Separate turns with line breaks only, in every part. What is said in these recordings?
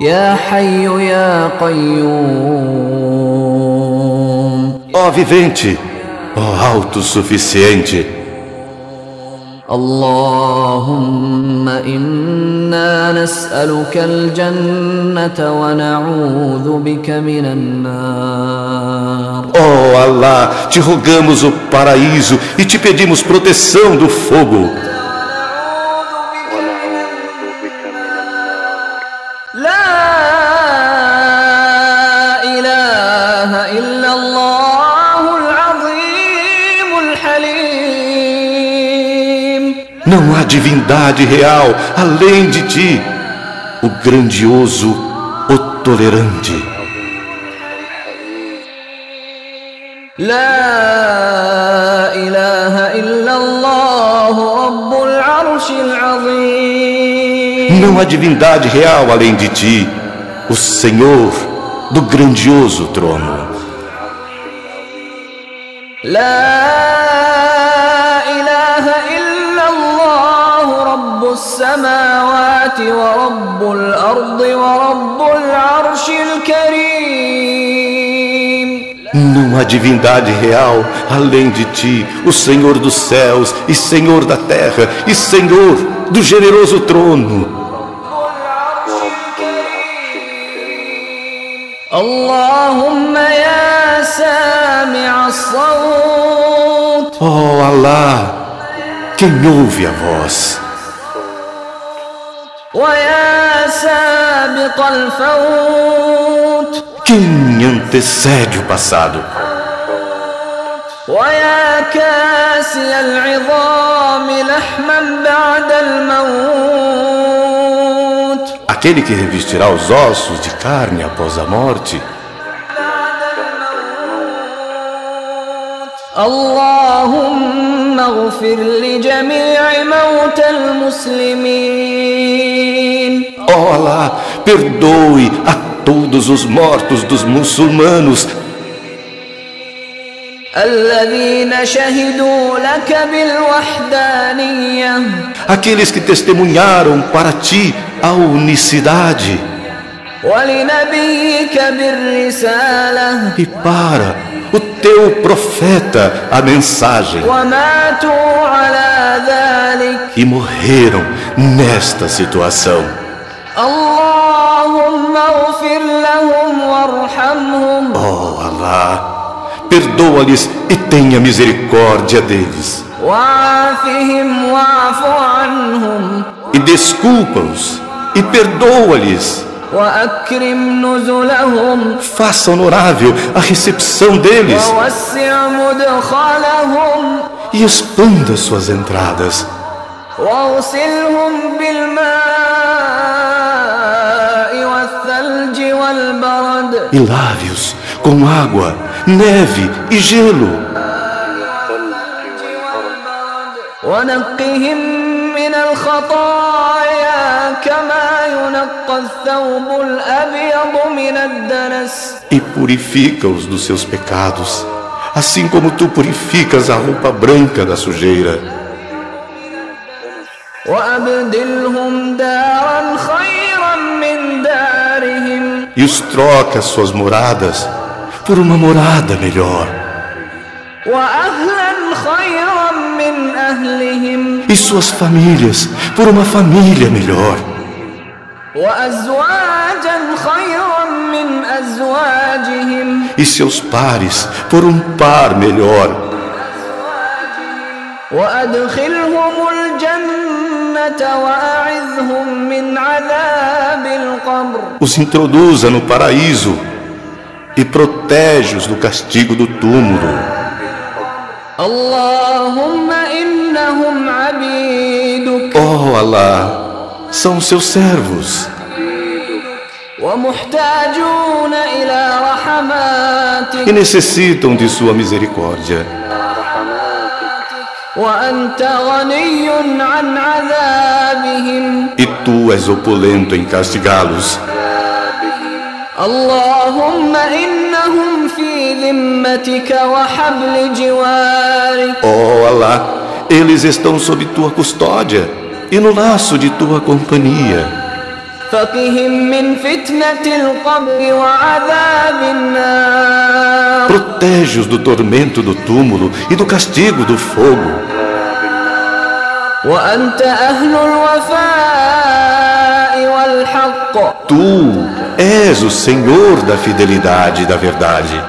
يا حي يا قيوم
Ó vivente, ó autossuficiente,
اللهم إنا نسألك الجنة ونعوذ بك من النار
ó Alá, te rogamos o paraíso e te pedimos proteção do fogo.
ونعوذ بك من النار
لا إله إلا الله العظيم الحليم
Não há divindade real além de ti, o grandioso, o tolerante.
لا إله إلا الله رب العرش العظيم
Não há divindade real além de ti, o Senhor do grandioso trono.
لا إله إلا الله رب السماوات ورب الأرض ورب العرش الكريم
Não há divindade real além de ti, o Senhor dos céus e Senhor da terra e Senhor do generoso trono.
اللهم يا سامع الصوت
Oh Alá, quem ouve a voz,
ويا سابق الفوت
quem antecede o passado,
ويا كاسي العظام لحما بعد الموت
aquele que revestirá os ossos de carne após a morte.
اللهم اغفر لجميع موتى المسلمين
Ó Alá, perdoe a todos os mortos dos muçulmanos
الذين شهدوا لك بالوحدانية
aqueles que testemunharam para ti a unicidade
ولنبيك بالرسالة
e para o teu profeta a mensagem
وماتوا على ذلك
e morreram nesta situação.
اللهم اغفر لهم
Ó
وارحمهم
Alá, perdoa-lhes e tenha misericórdia deles
وعافهم واعف عنهم
e desculpa-os e perdoa-lhes.
وأكرم نزلهم
Faça honorável a recepção deles
ووسع مدخلهم
e expanda suas entradas.
واغسلهم بالماء والثلج والبرد
e lave-os com água, neve e gelo,
ونقهم من الخطايا كما ينقى الثوب الأبيض من الدنس
e purifica-os dos seus pecados, assim como tu purificas a roupa branca da sujeira,
وأبدلهم دارا خيرا من دارهم
e os troca suas moradas por uma morada melhor,
وأهلا خيرا من أهلهم
e suas famílias por uma família melhor,
وأزواجا خيرا من أزواجهم
e seus pares por um par melhor,
وأدخلهم الجنة وأعذهم من عذاب القبر
os introduza no paraíso e protege-os do castigo do túmulo.
اللهم إنهم عبيدك
Oh Alá, são os seus servos
ومحتاجون إلى رحماتك
que necessitam de sua misericórdia
وأنت غني عن عذابهم
e tu és opulento em castigá-los.
اللهم إنهم في ذمتك وحبل جوارك
Oh Alá, eles estão sob tua custódia e no laço de tua companhia.
فقهم من فتنة القبر وعذاب النار
Protege-os do tormento do túmulo e do castigo do fogo.
وأنت أهل الوفاء والحق
Tu és o Senhor da fidelidade e da verdade.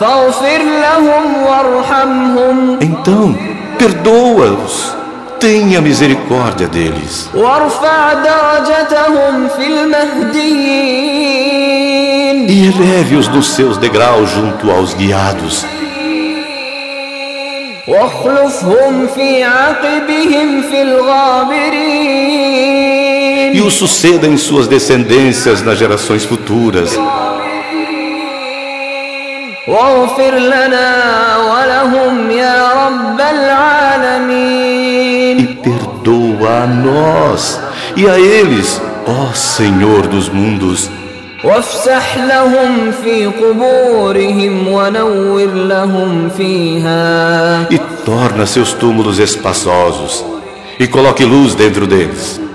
فاغفر لهم وارحمهم
Então, perdoa-os. Tenha misericórdia deles.
وارفع درجتهم في المهديين
E eleve-os dos seus degraus junto aos guiados.
واخلفهم في عقبهم في
E
الغابرين
o suceda em suas descendências nas gerações futuras.
واغفر لنا ولهم يا رب
E
العالمين
perdoa a nós e a eles, ó Senhor dos mundos.
وافسح لهم في قبورهم ونور لهم فيها
E torna seus túmulos espaçosos. E coloque luz dentro deles.